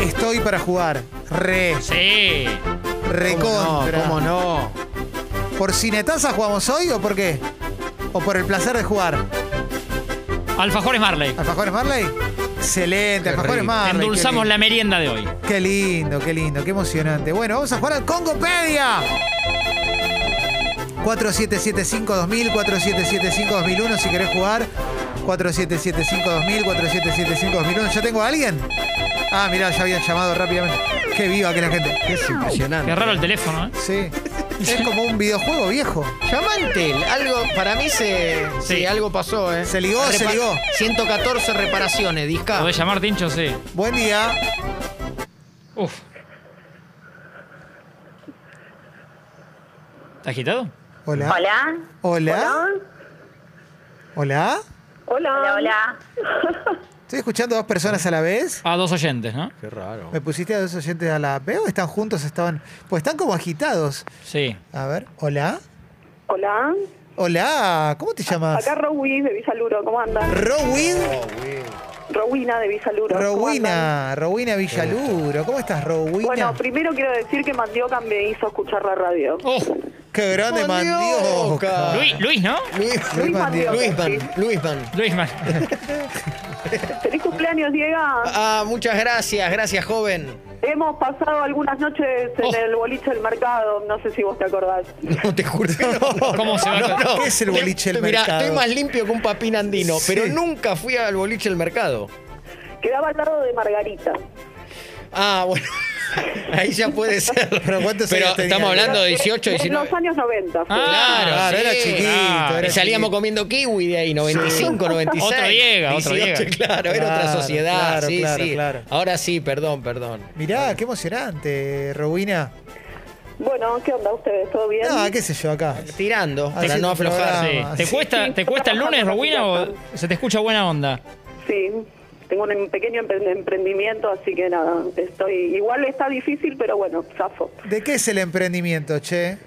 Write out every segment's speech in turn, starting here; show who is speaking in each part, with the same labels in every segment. Speaker 1: Estoy para jugar. Re,
Speaker 2: Sí.
Speaker 1: recontra.
Speaker 3: ¿Cómo no?
Speaker 1: ¿Por Cinetaza jugamos hoy o por qué? ¿O por el placer de jugar?
Speaker 2: Alfajores Marley.
Speaker 1: ¿Alfajores Marley? Excelente,
Speaker 3: Qué
Speaker 1: Alfajores
Speaker 3: rico.
Speaker 1: Marley.
Speaker 2: Endulzamos
Speaker 1: qué
Speaker 2: la merienda de hoy.
Speaker 1: lindo. Qué lindo, qué lindo, qué emocionante. Bueno, vamos a jugar al Congopedia. 4775-2000, 4775-2001, si querés jugar. 4775-2000, 4775-2001. ¿Ya tengo a alguien? Ah, mirá, ya habían llamado rápidamente. Qué viva que la gente.
Speaker 3: Es impresionante.
Speaker 2: Qué raro el teléfono, ¿eh?
Speaker 1: Sí. Es como un videojuego viejo.
Speaker 3: Llamantel, algo, para mí se.
Speaker 2: Sí.
Speaker 3: Sí, algo pasó, ¿eh?
Speaker 1: Se ligó, se ligó.
Speaker 3: 114 reparaciones,
Speaker 1: Ah.
Speaker 3: disca.
Speaker 2: Podés llamar Tincho, sí.
Speaker 1: Buen día.
Speaker 2: Uf. ¿Está agitado?
Speaker 1: Hola.
Speaker 4: Hola.
Speaker 1: Ah. Hola. Hola.
Speaker 4: Hola. Hola,
Speaker 1: Estoy escuchando a dos personas a la vez.
Speaker 2: A Ah, dos oyentes, ¿no?
Speaker 3: Qué raro.
Speaker 1: Me pusiste a dos oyentes a la vez. Están juntos, estaban. Pues están como agitados.
Speaker 2: Sí.
Speaker 1: A ver, hola.
Speaker 4: Hola.
Speaker 1: Hola, ¿cómo te llamas?
Speaker 4: Acá Rowin de Visaluro, ¿cómo andan?
Speaker 1: Rowin.
Speaker 4: Rowina de Visaluro. ¿cómo
Speaker 1: Rowina.
Speaker 4: andan?
Speaker 1: Rowina Villaluro. ¿Cómo estás, Rowina?
Speaker 4: Bueno, primero quiero decir que Mandioca me hizo escuchar la radio.
Speaker 2: Oh,
Speaker 1: Qué grande mandioca.
Speaker 3: Mandioca.
Speaker 2: Luis, Luis, ¿no?
Speaker 3: Luis,
Speaker 1: Luis
Speaker 4: Luis
Speaker 1: Mandioca.
Speaker 4: Mandioca.
Speaker 3: Luis
Speaker 4: sí.
Speaker 3: Van, Luis Van.
Speaker 2: Luis, man.
Speaker 4: Feliz cumpleaños, Diego.
Speaker 3: Ah, muchas gracias, gracias, joven.
Speaker 4: Hemos pasado algunas noches en
Speaker 2: Oh.
Speaker 4: el boliche del mercado, no sé si vos te acordás.
Speaker 3: No, te juro. que No,
Speaker 2: ¿Cómo se va a-
Speaker 1: ¿Qué es el boliche del
Speaker 3: Mirá,
Speaker 1: mercado?
Speaker 3: estoy más limpio que un papín andino,
Speaker 1: Sí.
Speaker 3: pero nunca fui al boliche del mercado.
Speaker 4: Quedaba al lado de Margarita.
Speaker 3: Ah, bueno. Ahí ya puede ser.
Speaker 1: Pero ¿cuántos
Speaker 3: Pero
Speaker 1: años tenía?
Speaker 3: estamos hablando de 18,
Speaker 4: En
Speaker 3: 19.
Speaker 4: los años 90. fue.
Speaker 2: Ah.
Speaker 3: Claro,
Speaker 1: Claro,
Speaker 3: sí.
Speaker 1: era chiquito.
Speaker 2: Ah,
Speaker 1: era
Speaker 3: Y salíamos
Speaker 1: chiquito.
Speaker 3: comiendo kiwi de ahí, 95, 96.
Speaker 2: Otro Diego, otro Diego.
Speaker 3: Claro, era otra
Speaker 1: Claro,
Speaker 3: sociedad.
Speaker 1: claro,
Speaker 3: sí,
Speaker 1: claro,
Speaker 3: sí.
Speaker 1: claro.
Speaker 3: Ahora sí, perdón, perdón.
Speaker 1: Mirá, qué emocionante, Rowina.
Speaker 4: Bueno, ¿qué onda ustedes? ¿Todo bien?
Speaker 1: Ah, qué sé yo acá.
Speaker 3: Tirando, para
Speaker 1: Haciendo
Speaker 3: no
Speaker 1: Ah, programa.
Speaker 3: aflojar.
Speaker 2: Sí.
Speaker 1: Ah,
Speaker 2: ¿Te,
Speaker 1: sí.
Speaker 2: Cuesta,
Speaker 4: Sí,
Speaker 2: ¿Te cuesta el lunes, Rowina, o se te escucha buena onda?
Speaker 4: Sí, tengo un pequeño empre- emprendimiento, así que nada, estoy. Igual está difícil, pero bueno, zafo.
Speaker 1: ¿De qué es el emprendimiento, che?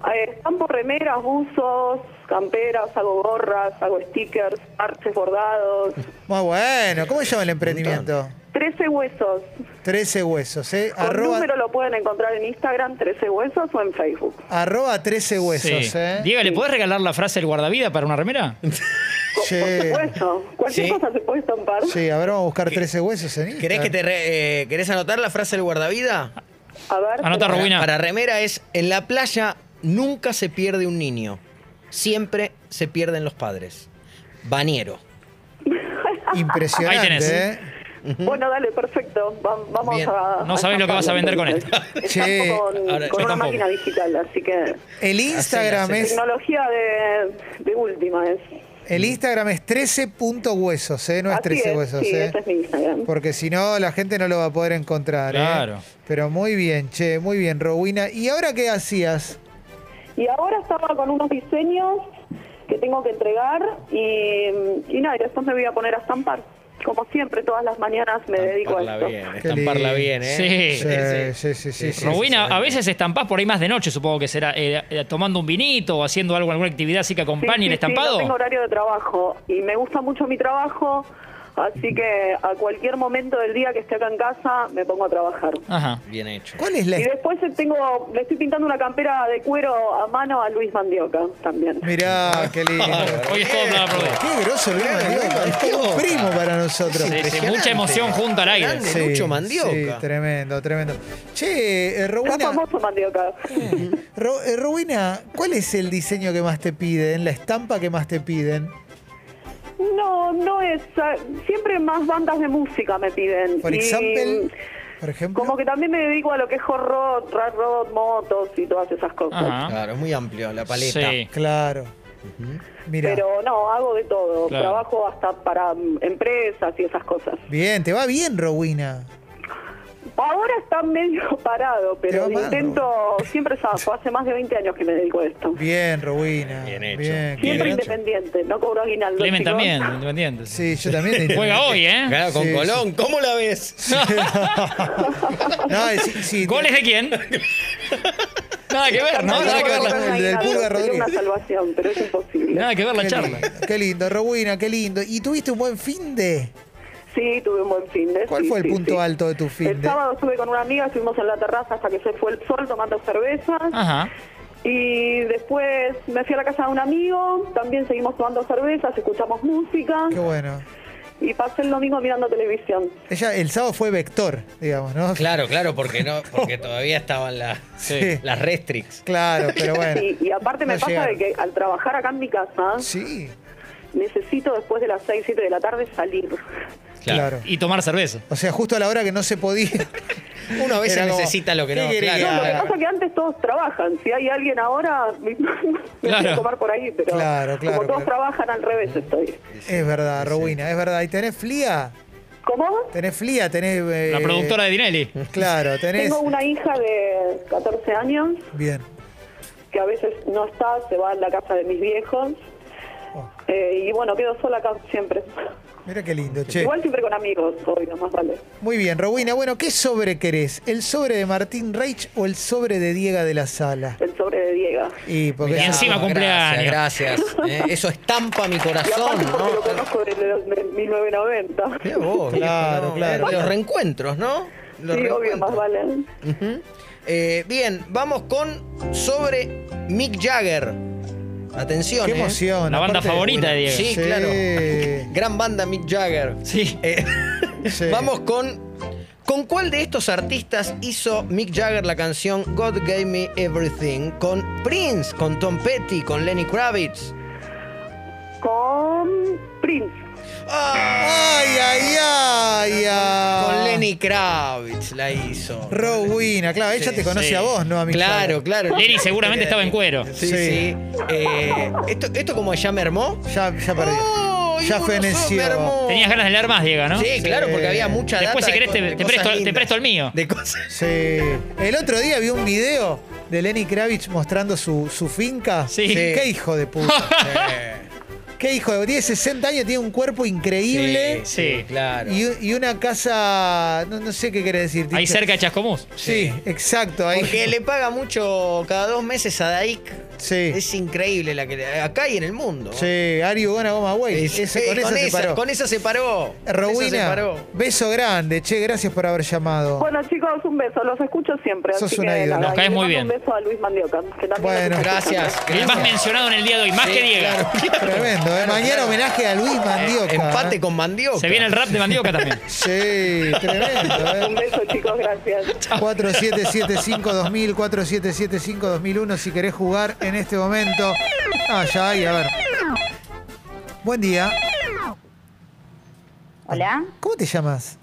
Speaker 4: A ver, estampo Eh, remeras, buzos, camperas, hago gorras, hago stickers, parches bordados.
Speaker 1: Muy bueno, ¿cómo se llama el emprendimiento?
Speaker 4: 13 huesos.
Speaker 1: 13 huesos, ¿eh?
Speaker 4: Con
Speaker 1: Arroba,
Speaker 4: número lo pueden encontrar en Instagram, 13 huesos o en Facebook.
Speaker 1: arroba 13 huesos,
Speaker 2: Sí.
Speaker 1: ¿eh?
Speaker 2: Diego, ¿le podés regalar la frase del guardavida para una remera?
Speaker 4: Por-
Speaker 1: Che.
Speaker 4: Por supuesto, cualquier
Speaker 3: Sí.
Speaker 4: cosa se puede estampar.
Speaker 1: Sí, a ver, vamos a buscar 13 huesos en
Speaker 3: ¿Querés, que te re- eh, ¿Querés anotar la frase del guardavida?
Speaker 4: A ver.
Speaker 2: Anota,
Speaker 4: pero-
Speaker 2: Rubén. Buena.
Speaker 3: Para remera es, en la playa nunca se pierde un niño, siempre se pierden los padres. Baniero.
Speaker 1: Instagram.
Speaker 2: Ahí tenés.
Speaker 1: Impresionante, ¿eh?
Speaker 4: Bueno, dale, perfecto. Va- vamos
Speaker 3: Bien.
Speaker 4: a.
Speaker 2: No sabés lo que vas a vender con
Speaker 4: esto.
Speaker 1: Che,
Speaker 4: con,
Speaker 3: ahora-
Speaker 4: con
Speaker 2: yo
Speaker 4: una
Speaker 2: tampoco.
Speaker 4: máquina digital, así que.
Speaker 1: El Instagram
Speaker 3: Hacela,
Speaker 1: es
Speaker 4: Tecnología de, de última es.
Speaker 1: el Instagram es 13.huesos, ¿eh? No es
Speaker 4: Así
Speaker 1: 13
Speaker 4: es,
Speaker 1: huesos,
Speaker 4: sí,
Speaker 1: ¿eh?
Speaker 4: ese es mi Instagram.
Speaker 1: Porque si no, la gente no lo va a poder encontrar, ¿eh?
Speaker 2: Claro.
Speaker 1: Pero muy bien, che, muy bien, Rowina. ¿Y ahora qué hacías?
Speaker 4: Y ahora estaba con unos diseños que tengo que entregar y, y nada, y después me voy a poner a estampar. Como siempre, todas las mañanas me dedico a esto.
Speaker 3: bien,
Speaker 1: Qué
Speaker 3: estamparla
Speaker 1: lindo.
Speaker 3: bien, ¿eh?
Speaker 2: Sí.
Speaker 1: sí, sí, sí, sí,
Speaker 2: Rowina, a veces estampás por ahí más de noche, supongo que será, eh, eh, tomando un vinito o haciendo algo, alguna actividad así que
Speaker 4: Sí,
Speaker 2: acompañe
Speaker 4: sí,
Speaker 2: el
Speaker 4: sí,
Speaker 2: estampado.
Speaker 4: no tengo horario de trabajo y me gusta mucho mi trabajo, así que a cualquier momento del día que esté acá en casa me pongo a trabajar.
Speaker 2: Ajá.
Speaker 3: Bien hecho.
Speaker 1: ¿Cuál es la
Speaker 4: Y después tengo, le estoy pintando una campera de cuero a mano a Luis Mandioca también.
Speaker 1: Mirá, qué lindo.
Speaker 2: Hoy es todo para aplaudir.
Speaker 1: Qué groso, Luis
Speaker 3: Claro,
Speaker 1: Mandioca. Es como un
Speaker 3: Mandioca.
Speaker 1: primo para nosotros.
Speaker 2: Sí, sí,
Speaker 3: Impresionante.
Speaker 2: mucha emoción junto al aire.
Speaker 3: Grande. Lucho Mandioca.
Speaker 1: sí, tremendo, tremendo. Che, eh,
Speaker 4: Está
Speaker 1: Rowena,
Speaker 4: famoso Mandioca.
Speaker 1: Ro- eh, Rowena, ¿cuál es el diseño que más te piden? ¿La estampa que más te piden?
Speaker 4: No, no es. eh, Siempre más bandas de música me piden.
Speaker 1: Por
Speaker 4: Y,
Speaker 1: ejemplo, por
Speaker 4: mm,
Speaker 1: ejemplo.
Speaker 4: Como Eh, que también me dedico a lo que es hot rod, rad rod, motos y todas esas cosas.
Speaker 2: Ajá.
Speaker 3: Claro, es muy amplio la paleta.
Speaker 2: ¿Ah? Sí.
Speaker 1: Claro. Mira.
Speaker 4: Pero no, hago de todo.
Speaker 2: Claro.
Speaker 4: Trabajo hasta para mm, empresas y esas cosas.
Speaker 1: Bien, te va bien, Rowena.
Speaker 4: Ahora está medio parado, pero
Speaker 1: Te va mal,
Speaker 4: intento. Siempre zafo. Hace más de 20 años que me dedico a esto.
Speaker 1: Bien, Rowena.
Speaker 3: Bien hecho.
Speaker 4: Siempre
Speaker 1: bien.
Speaker 4: independiente, no cobro aguinaldo.
Speaker 2: Clemen
Speaker 4: chicos.
Speaker 2: también, independiente.
Speaker 1: Sí, yo también. te-
Speaker 2: Juega hoy, ¿eh?
Speaker 3: Claro, con
Speaker 1: Sí,
Speaker 3: Colón, ¿cómo la ves?
Speaker 1: No, es- sí, sí,
Speaker 2: ¿Goles de quién? Nada que ver, ¿no?
Speaker 1: No,
Speaker 2: Nada que ver,
Speaker 1: no,
Speaker 2: la-
Speaker 1: no. el del Pulga
Speaker 4: Sería
Speaker 1: Rodríguez.
Speaker 4: una salvación, pero es imposible.
Speaker 2: nada que ver la
Speaker 1: Qué
Speaker 2: charla.
Speaker 1: lindo, qué lindo, Rowena, qué lindo. ¿Y tuviste un buen fin de?
Speaker 4: Sí, tuve un buen fin de
Speaker 1: ¿Cuál fue el punto alto de tu
Speaker 4: El
Speaker 1: finde?
Speaker 4: sábado estuve con una amiga, estuvimos en la terraza hasta que se fue el sol tomando cervezas.
Speaker 2: Ajá.
Speaker 4: Y después me fui a la casa de un amigo, también seguimos tomando cervezas, escuchamos música
Speaker 1: Qué bueno.
Speaker 4: y pasé el domingo mirando televisión.
Speaker 1: Ella, el sábado fue vector, digamos, ¿no?
Speaker 3: Claro, claro, porque no, porque todavía estaban las,
Speaker 1: Sí.
Speaker 3: las restricts.
Speaker 1: Claro, pero bueno.
Speaker 4: Sí, y aparte me
Speaker 1: No
Speaker 4: pasa
Speaker 1: llegaron.
Speaker 4: de que al trabajar acá en mi casa,
Speaker 1: Sí,
Speaker 4: necesito después de las 6, 7 de la tarde salir.
Speaker 1: claro.
Speaker 2: Y tomar cerveza.
Speaker 1: O sea, justo a la hora que no se podía.
Speaker 3: Uno a veces
Speaker 1: Era como,
Speaker 3: necesita lo que
Speaker 1: ¿qué
Speaker 3: no.
Speaker 1: querés
Speaker 3: claro.
Speaker 4: Lo que
Speaker 1: Claro.
Speaker 4: pasa es que antes todos trabajan. Si hay alguien ahora, me
Speaker 2: Claro.
Speaker 4: quiero tomar por ahí, pero
Speaker 1: Claro, claro,
Speaker 4: como todos
Speaker 1: claro.
Speaker 4: trabajan al revés estoy.
Speaker 1: Es verdad, Rowena, es verdad. ¿Y tenés flia?
Speaker 4: ¿Cómo?
Speaker 1: Tenés flia, tenés. eh,
Speaker 2: La productora de Dinelli.
Speaker 1: Claro, tenés.
Speaker 4: Tengo una hija de 14 años
Speaker 1: Bien.
Speaker 4: que a veces no está, se va a la casa de mis viejos.
Speaker 1: Oh,
Speaker 4: Eh, y bueno, quedo sola acá siempre.
Speaker 1: mira qué lindo, che.
Speaker 4: Igual siempre con amigos, obvio, más vale.
Speaker 1: Muy bien, Rowena. Bueno, ¿qué sobre querés? ¿El sobre de Martín Reich o el sobre de Diego de la Sala?
Speaker 4: El sobre de Diego.
Speaker 1: Y porque
Speaker 2: Mirá. Y encima cumpleaños.
Speaker 3: Gracias, gracias. Eh, eso estampa mi
Speaker 4: Y
Speaker 3: corazón,
Speaker 4: aparte porque
Speaker 3: ¿no?
Speaker 4: lo conozco desde los- de 1990.
Speaker 3: Mirá vos, viejo,
Speaker 1: Claro,
Speaker 3: no.
Speaker 1: claro,
Speaker 3: Los
Speaker 1: claro.
Speaker 3: reencuentros, ¿no? Los
Speaker 4: sí, obvio,
Speaker 3: reencuentros.
Speaker 4: más vale.
Speaker 3: Ujú. Eh, bien, vamos con sobre Mick Jagger. Atención.
Speaker 1: qué
Speaker 3: eh.
Speaker 1: emoción.
Speaker 2: La banda
Speaker 1: aparte-
Speaker 2: favorita de Diego.
Speaker 3: Sí,
Speaker 1: Sí.
Speaker 3: claro. Gran banda Mick Jagger.
Speaker 2: Sí.
Speaker 3: Eh,
Speaker 1: Sí.
Speaker 3: Vamos con. ¿Con cuál de estos artistas hizo Mick Jagger la canción God Gave Me Everything? ¿Con Prince, con Tom Petty, con Lenny Kravitz?
Speaker 4: Con Prince.
Speaker 3: ¡Ah!
Speaker 1: Ay, ay, ay, ay.
Speaker 3: Con Lenny Kravitz la hizo.
Speaker 1: Rowena, claro, ella
Speaker 3: Sí,
Speaker 1: te conoce
Speaker 2: sí.
Speaker 1: a vos, no a mí.
Speaker 3: Claro, claro.
Speaker 2: Lenny seguramente estaba en cuero.
Speaker 3: Sí,
Speaker 1: Sí.
Speaker 3: sí. Eh, ¿esto, ¿Esto como ya me armó?
Speaker 1: Ya, ya perdí.
Speaker 3: ¡Oh,
Speaker 1: ya
Speaker 3: vos no sos
Speaker 1: feneció.
Speaker 3: mermo!
Speaker 2: Tenías ganas de leer más, Diego, ¿no?
Speaker 3: Sí, claro, porque había mucha data.
Speaker 2: Después, si
Speaker 3: de
Speaker 2: querés,
Speaker 3: co-
Speaker 2: te-
Speaker 3: de
Speaker 2: te
Speaker 3: cosas
Speaker 2: presto- te
Speaker 3: lindas.
Speaker 2: presto el mío.
Speaker 3: De cosas.
Speaker 1: Sí. El otro día vi un video de Lenny Kravitz mostrando su, su finca.
Speaker 2: Sí.
Speaker 1: Qué hijo de puta. Qué hijo de Tiene 60 años, tiene un cuerpo increíble.
Speaker 2: Sí.
Speaker 3: claro.
Speaker 1: Y, u- y una casa. No, no sé qué quiere decir.
Speaker 2: Ahí
Speaker 1: Tincho.
Speaker 2: cerca de Chascomús.
Speaker 1: Sí, exacto. Ahí.
Speaker 3: Porque le paga mucho cada dos meses a Daik.
Speaker 1: Sí.
Speaker 3: Es increíble la que le- acá y en el mundo.
Speaker 1: Sí, Ari Ugona Goma Güey.
Speaker 3: Es-
Speaker 1: Ese-
Speaker 3: eh,
Speaker 1: con, esa se paró.
Speaker 3: con esa se paró. Con esa se
Speaker 1: Rowena,
Speaker 3: paró.
Speaker 1: beso grande. Che, gracias por haber llamado.
Speaker 4: Bueno, chicos, un beso. Los escucho siempre.
Speaker 1: Oh. Sos
Speaker 4: así
Speaker 1: una
Speaker 4: que
Speaker 1: ídola.
Speaker 4: nada,
Speaker 2: Nos caes
Speaker 4: y le
Speaker 2: muy
Speaker 4: mando
Speaker 2: bien.
Speaker 4: Un beso a Luis Mandioca. Que también
Speaker 1: Bueno,
Speaker 4: lo escucha
Speaker 3: Gracias.
Speaker 4: siempre.
Speaker 2: El más
Speaker 3: gracias.
Speaker 2: mencionado en el día de hoy, más
Speaker 3: Sí,
Speaker 2: que Diego.
Speaker 3: claro.
Speaker 1: Tremendo, ¿eh? Mañana homenaje a Luis Mandioca.
Speaker 3: Empate
Speaker 1: ¿eh?
Speaker 3: con Mandioca.
Speaker 2: Se viene el rap de Mandioca también.
Speaker 1: Sí,
Speaker 4: Un
Speaker 1: tremendo, ¿eh?
Speaker 4: beso, chicos. Gracias.
Speaker 1: 4775-2000, 4775-2001, si querés jugar en este momento. Ah, ya hay, a ver. Buen día.
Speaker 5: Hola,
Speaker 1: ¿Cómo te llamas?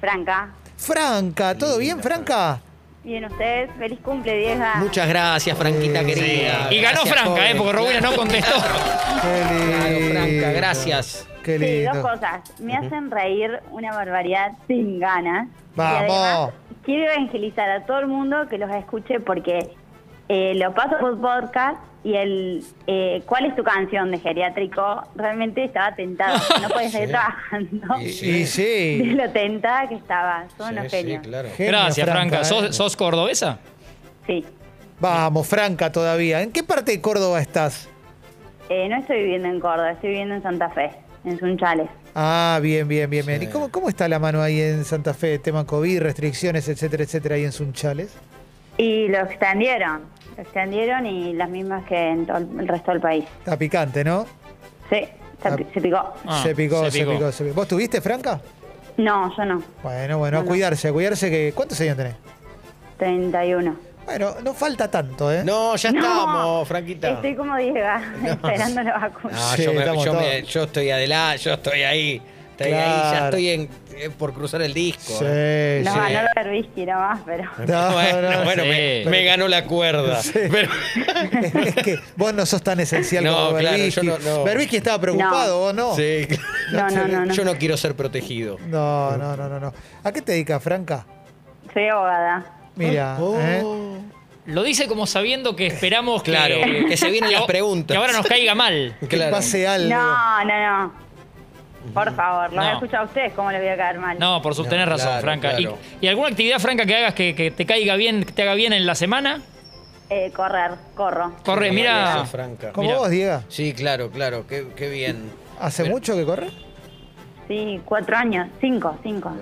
Speaker 5: Franca.
Speaker 1: Franca, ¿todo bien, Franca?
Speaker 5: Bien, ustedes, feliz cumple, Diega.
Speaker 3: Muchas gracias, Franquita
Speaker 1: Sí.
Speaker 3: querida.
Speaker 2: Y ganó
Speaker 3: ah, Gracias,
Speaker 2: Franca,
Speaker 3: joven.
Speaker 2: ¿eh? Porque Rowena no contestó.
Speaker 1: Qué
Speaker 3: Claro, Franca,
Speaker 1: lindo.
Speaker 3: gracias.
Speaker 1: Qué
Speaker 5: Sí, dos
Speaker 1: lindo.
Speaker 5: cosas. Me hacen reír una barbaridad sin ganas. Y
Speaker 1: Vamos.
Speaker 5: además, quiero evangelizar a todo el mundo que los escuche porque eh, lo paso por podcast y el eh, ¿cuál es tu canción de geriátrico? Realmente estaba tentada. No puedes seguir trabajando.
Speaker 3: Sí, sí.
Speaker 1: Y
Speaker 5: De
Speaker 1: sí.
Speaker 5: lo tentada que estaba. Son unos genios.
Speaker 3: claro.
Speaker 1: Genio,
Speaker 2: Gracias, Franca.
Speaker 1: ¿eh?
Speaker 2: ¿Sos, sos cordobesa?
Speaker 5: Sí.
Speaker 1: Vamos, Franca, todavía. ¿En qué parte de Córdoba estás?
Speaker 5: Eh, no estoy viviendo en Córdoba, estoy viviendo en Santa Fe, en Sunchales.
Speaker 1: Ah, bien, bien, bien, bien. ¿Y cómo, cómo está la mano ahí en Santa Fe? Tema COVID, restricciones, etcétera, etcétera, ahí en Sunchales.
Speaker 5: Y lo extendieron, lo extendieron y las mismas que en todo el resto del país.
Speaker 1: Está picante, ¿no?
Speaker 5: Sí, se,
Speaker 1: Ah.
Speaker 5: se picó.
Speaker 2: Ah,
Speaker 1: se, picó,
Speaker 2: se
Speaker 1: se
Speaker 2: picó.
Speaker 1: picó, se picó. ¿Vos tuviste, Franca?
Speaker 5: No, yo no,
Speaker 1: Bueno, bueno, a cuidarse, a cuidarse que. ¿Cuántos años tenés?
Speaker 5: 31.
Speaker 1: Bueno, no falta tanto, ¿eh?
Speaker 3: No, ya
Speaker 5: No. Este
Speaker 3: estamos, Franquita. Ah,
Speaker 5: Estoy como Diega, esperando la vacuna.
Speaker 3: No,
Speaker 1: Sí,
Speaker 3: yo, me-
Speaker 1: estamos
Speaker 3: yo, me-
Speaker 1: todos.
Speaker 3: yo estoy adelante, yo estoy ahí. Estoy ahí,
Speaker 1: Claro.
Speaker 3: ya estoy en- eh, por cruzar el disco.
Speaker 1: Sí,
Speaker 3: eh.
Speaker 1: sí.
Speaker 5: Nos ganó el whisky nomás, pero...
Speaker 1: No,
Speaker 3: bueno,
Speaker 1: no,
Speaker 3: bueno,
Speaker 2: sí.
Speaker 3: me, me ganó la cuerda. Pero-
Speaker 1: Es que vos no sos tan esencial
Speaker 3: No,
Speaker 1: como
Speaker 3: claro,
Speaker 1: Berbisky.
Speaker 3: yo no- no.
Speaker 1: Berbisky estaba preocupado,
Speaker 5: No.
Speaker 1: ¿vos no?
Speaker 3: Sí,
Speaker 5: No, no, no, no.
Speaker 3: Yo no quiero ser protegido.
Speaker 1: No, no, no, no, no. ¿A qué te dedicas, Franca?
Speaker 5: Soy abogada.
Speaker 1: Mira,
Speaker 3: Oh.
Speaker 2: Oh.
Speaker 1: ¿eh?
Speaker 2: Lo dice como sabiendo que esperamos que-
Speaker 3: Claro,
Speaker 2: que,
Speaker 3: que se vienen las preguntas.
Speaker 2: que ahora nos caiga mal.
Speaker 1: que
Speaker 3: Claro.
Speaker 1: pase algo.
Speaker 5: No, no, no. Por favor, los
Speaker 2: No.
Speaker 5: he escuchado a ustedes, ¿cómo les voy a caer mal?
Speaker 2: No, por su
Speaker 3: No,
Speaker 2: tenés razón,
Speaker 3: claro,
Speaker 2: Franca. Y-
Speaker 3: claro.
Speaker 2: Y, alguna actividad, Franca, que hagas que, que te caiga bien, que te haga bien en la semana?
Speaker 5: Eh, correr, corro.
Speaker 2: Corre,
Speaker 3: Sí,
Speaker 2: mira.
Speaker 3: eso, Franca.
Speaker 1: Como
Speaker 2: Mirá.
Speaker 1: vos, Diego.
Speaker 3: Sí, claro, claro, qué, qué bien.
Speaker 1: ¿Hace mucho que corre?
Speaker 5: Sí, cuatro años, cinco, cinco.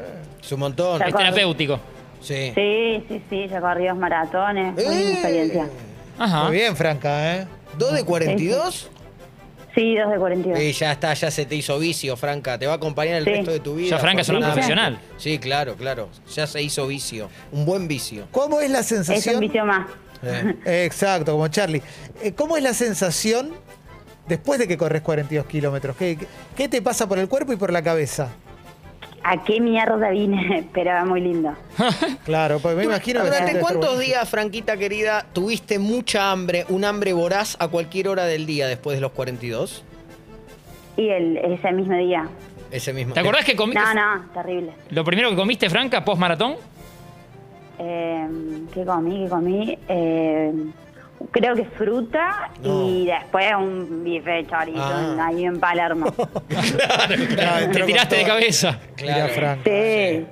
Speaker 3: Es un montón.
Speaker 2: Es terapéutico.
Speaker 3: Sí.
Speaker 5: Sí, sí, sí, yo corrí dos maratones, fue una
Speaker 3: ¡Eh!
Speaker 5: experiencia.
Speaker 2: Ajá.
Speaker 1: Muy bien, Franca, ¿eh?
Speaker 3: ¿Dos de 42?
Speaker 5: Sí, dos de 42.
Speaker 3: Y ya está, ya se te hizo vicio, Franca. Te va a acompañar el
Speaker 5: Sí.
Speaker 3: resto de tu vida.
Speaker 2: Ya Franca es una
Speaker 3: afortunadamente.
Speaker 2: profesional.
Speaker 3: Sí, claro, claro. Ya se hizo vicio. Un buen vicio.
Speaker 1: ¿Cómo es la
Speaker 5: es un
Speaker 1: sensación?
Speaker 5: vicio más.
Speaker 3: Eh,
Speaker 1: Exacto, como Charlie. Eh, ¿Cómo es la sensación después de que corres 42 kilómetros? ¿Qué, qué- qué te pasa por el cuerpo y por la cabeza?
Speaker 5: ¿A qué mierda vine? Pero era muy lindo.
Speaker 1: Claro, pues me imagino que...
Speaker 3: Durante
Speaker 1: debe estar
Speaker 3: cuántos
Speaker 1: buenísimo.
Speaker 3: días, Franquita querida, tuviste mucha hambre, un hambre voraz a cualquier hora del día después de los 42?
Speaker 5: Y el, ese mismo día.
Speaker 3: Ese mismo.
Speaker 2: ¿Te acordás que comiste?
Speaker 5: No, no, terrible.
Speaker 2: Lo primero que comiste, Franca, post maratón.
Speaker 5: Eh, ¿Qué comí? ¿Qué comí? Eh, creo que fruta y después un bife de chorizo
Speaker 3: Ah.
Speaker 5: ahí en Palermo.
Speaker 1: Ah, entró
Speaker 2: Te
Speaker 1: con
Speaker 2: tiraste de
Speaker 1: todo.
Speaker 2: cabeza.
Speaker 1: Mirá, Franca.
Speaker 5: sí,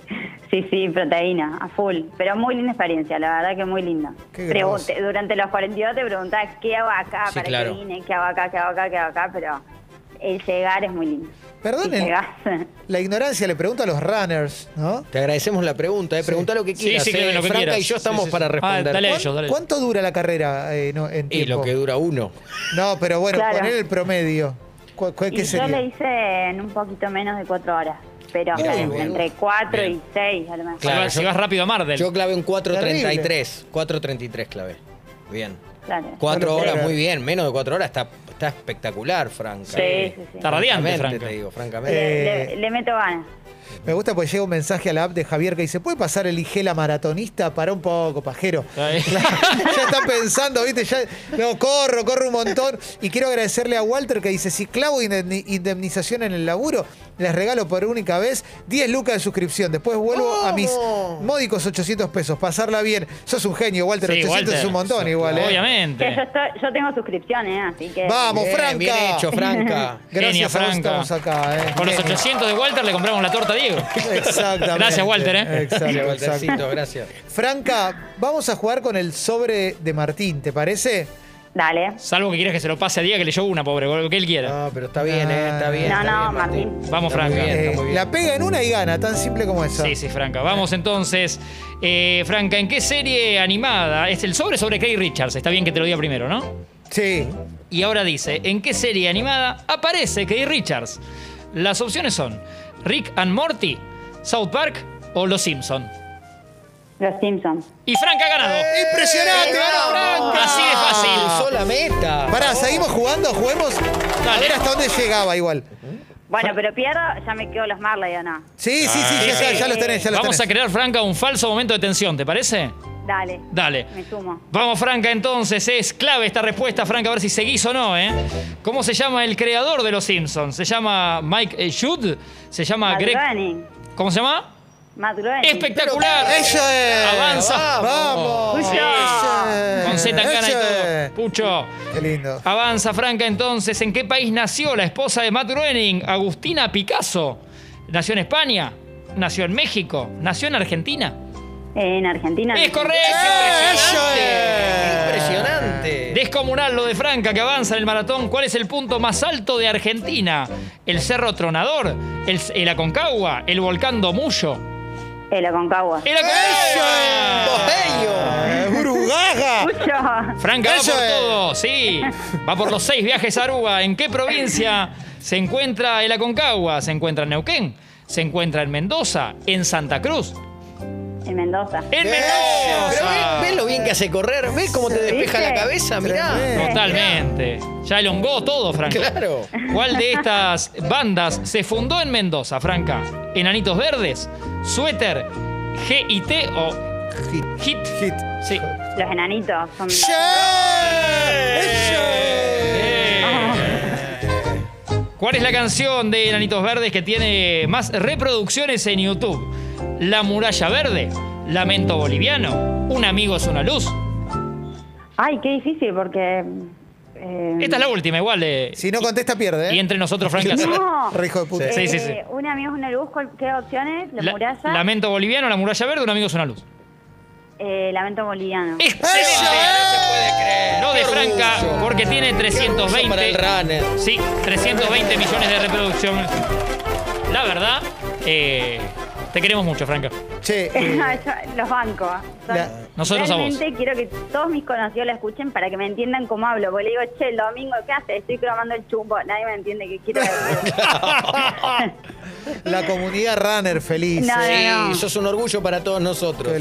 Speaker 5: sí, sí, proteína, a full. Pero muy linda experiencia, la verdad que muy linda.
Speaker 1: Qué
Speaker 5: Pregu-
Speaker 1: groso.
Speaker 5: te- durante los 42 te preguntabas qué hago acá,
Speaker 3: Sí,
Speaker 5: para
Speaker 3: claro.
Speaker 5: qué vine, qué hago acá, qué hago acá, qué hago acá, pero el llegar es muy lindo.
Speaker 1: Perdonen.
Speaker 5: Si llegás-
Speaker 1: La ignorancia le pregunto a los runners, ¿no?
Speaker 3: Te agradecemos la pregunta, eh. pregunta lo que
Speaker 2: Sí,
Speaker 3: quieras.
Speaker 2: sí,
Speaker 3: eh.
Speaker 2: que lo que
Speaker 3: Franca
Speaker 2: quieras.
Speaker 3: y yo
Speaker 2: Sí,
Speaker 3: estamos
Speaker 2: sí, sí.
Speaker 3: para
Speaker 2: Ah,
Speaker 3: responder.
Speaker 2: dale.
Speaker 1: ¿Cuán-
Speaker 2: Ellos,
Speaker 1: ¿Cuánto dura la carrera eh, no, en
Speaker 3: Y
Speaker 1: tiempo?
Speaker 3: lo que dura uno.
Speaker 1: No, pero bueno,
Speaker 5: Claro.
Speaker 1: poner el promedio. ¿Cu- cu-
Speaker 5: Y
Speaker 1: ¿Qué
Speaker 5: yo le
Speaker 1: sería?
Speaker 5: hice en un poquito menos de cuatro horas, pero
Speaker 3: Mirá,
Speaker 5: en-
Speaker 3: bueno.
Speaker 5: entre cuatro
Speaker 3: Bien.
Speaker 5: y seis a lo mejor.
Speaker 3: Claro,
Speaker 2: Claro,
Speaker 3: yo-
Speaker 2: Llegás rápido a Mardel.
Speaker 3: Yo clavé un 4.33.
Speaker 1: Terrible.
Speaker 3: 4.33 clavé. Bien.
Speaker 5: Claro.
Speaker 3: Cuatro
Speaker 1: Bueno,
Speaker 3: horas,
Speaker 1: pero-
Speaker 3: muy bien. Menos de cuatro horas está, está espectacular, Franca.
Speaker 5: Sí, sí, sí.
Speaker 2: Está radiante,
Speaker 3: Francamente,
Speaker 2: Franca.
Speaker 3: te digo, francamente.
Speaker 5: Le,
Speaker 1: Eh.
Speaker 5: le- le meto ganas.
Speaker 1: Me gusta porque llega un mensaje a la app de Javier que dice, ¿puede pasar el IG la maratonista? Para un poco, pajero.
Speaker 2: Ahí.
Speaker 1: ya están pensando, ¿viste? Ya, no, corro, corro un montón. Y quiero agradecerle a Walter que dice, si clavo indemni- indemnización en el laburo, les regalo por única vez 10 lucas de suscripción. Después vuelvo a mis
Speaker 3: ¿Cómo?
Speaker 1: módicos 800 pesos. Pasarla bien. Sos un genio, Walter.
Speaker 2: Sí,
Speaker 1: 800 es
Speaker 2: Walter.
Speaker 1: un montón igual, ¿eh?
Speaker 5: Que yo,
Speaker 2: Obviamente.
Speaker 5: estoy- yo tengo suscripciones, ¿eh? así que.
Speaker 1: Vamos,
Speaker 3: Bien,
Speaker 1: Franca.
Speaker 3: Bien hecho, Franca.
Speaker 1: Gracias
Speaker 2: Genia,
Speaker 1: a vos
Speaker 2: Franca.
Speaker 1: estamos acá, ¿eh?
Speaker 2: Con los
Speaker 1: Genio.
Speaker 2: 800 de Walter le compramos la torta a Diego.
Speaker 1: Exactamente.
Speaker 2: Gracias, Walter, ¿eh?
Speaker 1: Exacto,
Speaker 3: Gracias,
Speaker 1: exacto.
Speaker 3: Waltercito, gracias.
Speaker 1: Franca, vamos a jugar con el sobre de Martín, ¿te parece?
Speaker 5: Dale.
Speaker 2: Salvo que quieras que se lo pase a Diego, que le llevo una, pobre, lo que él quiera.
Speaker 3: No, pero está bien, ¿eh? Está bien.
Speaker 5: No,
Speaker 3: está
Speaker 5: no,
Speaker 3: bien,
Speaker 5: Martín.
Speaker 2: Vamos,
Speaker 3: Está muy
Speaker 2: Franca.
Speaker 3: bien,
Speaker 1: Eh,
Speaker 3: está muy bien.
Speaker 1: la pega en una y gana, tan simple como eso.
Speaker 2: Sí, sí, Franca. Vamos entonces. Eh, Franca, ¿en qué serie animada? Es el sobre sobre Craig Richards. Está bien que te lo diga primero, ¿no?
Speaker 1: Sí.
Speaker 2: Y ahora dice, ¿en qué serie animada aparece Craig Richards? Las opciones son Rick and Morty, South Park o Los Simpson.
Speaker 5: Los Simpsons.
Speaker 2: Y Franca ha ganado.
Speaker 1: Eh, ¡Impresionante! ganó Franca!
Speaker 2: Eh, Así de fácil.
Speaker 3: Usó la meta.
Speaker 1: Pará, ¿seguimos jugando? ¿Juguemos? A
Speaker 2: Dale.
Speaker 1: ver hasta dónde llegaba igual.
Speaker 5: Bueno, pero pierdo, ya me quedo los Marley o no.
Speaker 1: Sí, sí, sí, ya, está, ya los tenés, ya los
Speaker 2: Vamos a
Speaker 1: tenés.
Speaker 2: crear, Franca, un falso momento de tensión, ¿te parece?
Speaker 5: Dale.
Speaker 2: Dale.
Speaker 5: Me sumo.
Speaker 2: Vamos, Franca, entonces. Es clave esta respuesta, Franca, a ver si seguís o no, ¿eh? ¿Cómo se llama el creador de Los Simpsons? ¿Se llama Mike eh, Judd? ¿Se llama
Speaker 5: Matt
Speaker 2: Greg...?
Speaker 5: Groening.
Speaker 2: ¿Cómo se llama?
Speaker 5: Matt Groening.
Speaker 2: ¡Espectacular!
Speaker 1: ¡Eso es!
Speaker 2: Avanza.
Speaker 1: ¡Vamos!
Speaker 5: Pucho.
Speaker 1: Eso es.
Speaker 2: Con Z en gana y
Speaker 1: Eso
Speaker 2: todo.
Speaker 1: es.
Speaker 2: Pucho.
Speaker 1: ¡Qué lindo!
Speaker 2: Avanza, Franca, entonces. ¿En qué país nació la esposa de Matt Groening, Agustina Picasso? ¿Nació en España? ¿Nació en México? ¿Nació en Argentina?
Speaker 5: En Argentina.
Speaker 2: ¡Es correcto!
Speaker 1: ¡Eso Eh, es!
Speaker 3: Impresionante.
Speaker 2: Descomunal lo de Franca que avanza en el maratón. ¿Cuál es el punto más alto de Argentina? ¿El Cerro Tronador? ¿El, el Aconcagua? ¿El Volcán Domullo?
Speaker 5: El Aconcagua.
Speaker 2: ¡El Aconcagua!
Speaker 1: ¡Bello! ¡Brugaga!
Speaker 5: Pucho.
Speaker 2: Franca va
Speaker 1: Eso
Speaker 2: por
Speaker 1: es.
Speaker 2: todo, sí. Va por los seis viajes a Aruba. ¿En qué provincia se encuentra el Aconcagua? ¿Se encuentra en Neuquén? ¿Se encuentra en Mendoza? ¿En Santa Cruz?
Speaker 5: En Mendoza.
Speaker 2: ¡En
Speaker 3: Pero
Speaker 2: Mendoza!
Speaker 3: ve- ves lo bien que hace correr, ves cómo te despeja
Speaker 5: ¿Viste?
Speaker 3: la cabeza, mirá.
Speaker 1: Tremendo.
Speaker 2: Totalmente. Ya elongó todo, Franca.
Speaker 3: Claro.
Speaker 2: ¿Cuál de estas bandas se fundó en Mendoza, Franca? ¿Enanitos Verdes? ¿Suéter? ¿GIT o
Speaker 1: Hit.
Speaker 2: HIT?
Speaker 1: Hit.
Speaker 2: Sí.
Speaker 5: Los enanitos son.
Speaker 1: ¡Sí! ¡Eso es!
Speaker 2: Eh. ¿Cuál es la canción de Enanitos Verdes que tiene más reproducciones en YouTube? ¿La Muralla Verde? ¿Lamento Boliviano? ¿Un amigo es una luz?
Speaker 5: Ay, qué difícil porque. eh,
Speaker 2: Esta es la última, igual. eh,
Speaker 1: Si no contesta, pierde, ¿eh?
Speaker 2: Y entre nosotros, Franca.
Speaker 5: No.
Speaker 1: Re hijo de puta.
Speaker 2: Sí, sí, sí.
Speaker 5: Eh, Un amigo es una luz. ¿cuál- ¿Qué opciones? La,
Speaker 2: La-
Speaker 5: muralla.
Speaker 2: Lamento Boliviano, La Muralla Verde, Un amigo es una luz.
Speaker 5: eh, lamento boliviano.
Speaker 1: eh.
Speaker 2: ¡Excelente! No de Franca, porque tiene
Speaker 3: Qué orgullo para el
Speaker 2: 320.
Speaker 3: runner.
Speaker 2: Sí, 320 millones de reproducciones. la verdad, eh, te queremos mucho, Franca.
Speaker 1: Che, eh,
Speaker 5: Yo los bancos.
Speaker 1: La-
Speaker 2: Nosotros a vos.
Speaker 5: Realmente quiero que todos mis conocidos la escuchen para que me entiendan cómo hablo. Porque le digo, che, el domingo, ¿qué haces? Estoy cromando el chumbo. Nadie me entiende qué quiero decir.
Speaker 1: la comunidad runner feliz.
Speaker 5: No,
Speaker 1: eh.
Speaker 3: Sí,
Speaker 5: no, no.
Speaker 3: sos un orgullo para todos nosotros.
Speaker 1: Qué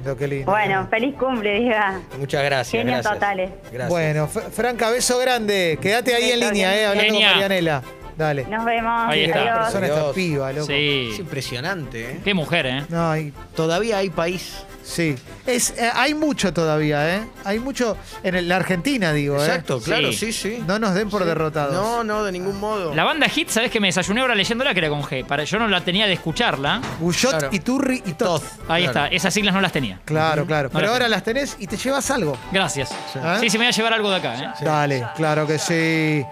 Speaker 1: lindo, qué lindo.
Speaker 5: Bueno, feliz cumple, diga.
Speaker 3: Muchas gracias.
Speaker 5: Genios
Speaker 3: gracias.
Speaker 5: totales.
Speaker 3: Gracias.
Speaker 1: Bueno, F- Franca, beso grande. Quédate ahí en
Speaker 5: Beso,
Speaker 1: línea, eh,
Speaker 5: Diana.
Speaker 1: hablando
Speaker 2: Genia.
Speaker 1: con Marianela. Dale.
Speaker 5: Nos vemos.
Speaker 2: Ahí está.
Speaker 1: La
Speaker 5: Adiós.
Speaker 1: persona está
Speaker 3: Adiós.
Speaker 1: piba, loco.
Speaker 2: Sí.
Speaker 3: Es impresionante, ¿eh?
Speaker 2: Qué mujer, ¿eh?
Speaker 1: No, y-
Speaker 3: Todavía hay país.
Speaker 1: sí. Es, eh, hay mucho todavía, ¿eh? Hay mucho en el- la Argentina, digo, ¿eh?
Speaker 3: Exacto,
Speaker 2: Sí.
Speaker 3: claro, sí, sí.
Speaker 1: No nos den por derrotados.
Speaker 3: No, no, de ningún modo.
Speaker 2: La banda Hit, ¿sabes que me desayuné ahora leyéndola que era con G? Para, yo no la tenía de escucharla.
Speaker 1: Guyot,
Speaker 3: Claro.
Speaker 1: Iturri y Toz.
Speaker 2: Ahí
Speaker 3: Claro.
Speaker 2: está, esas siglas no las tenía.
Speaker 1: Claro, claro.
Speaker 2: No
Speaker 1: Pero
Speaker 2: la
Speaker 1: ahora
Speaker 2: tengo.
Speaker 1: las tenés y te llevas algo.
Speaker 2: Gracias.
Speaker 1: ¿Ah?
Speaker 2: Sí, se me voy a llevar algo de acá, ¿eh?
Speaker 1: Dale, claro que sí.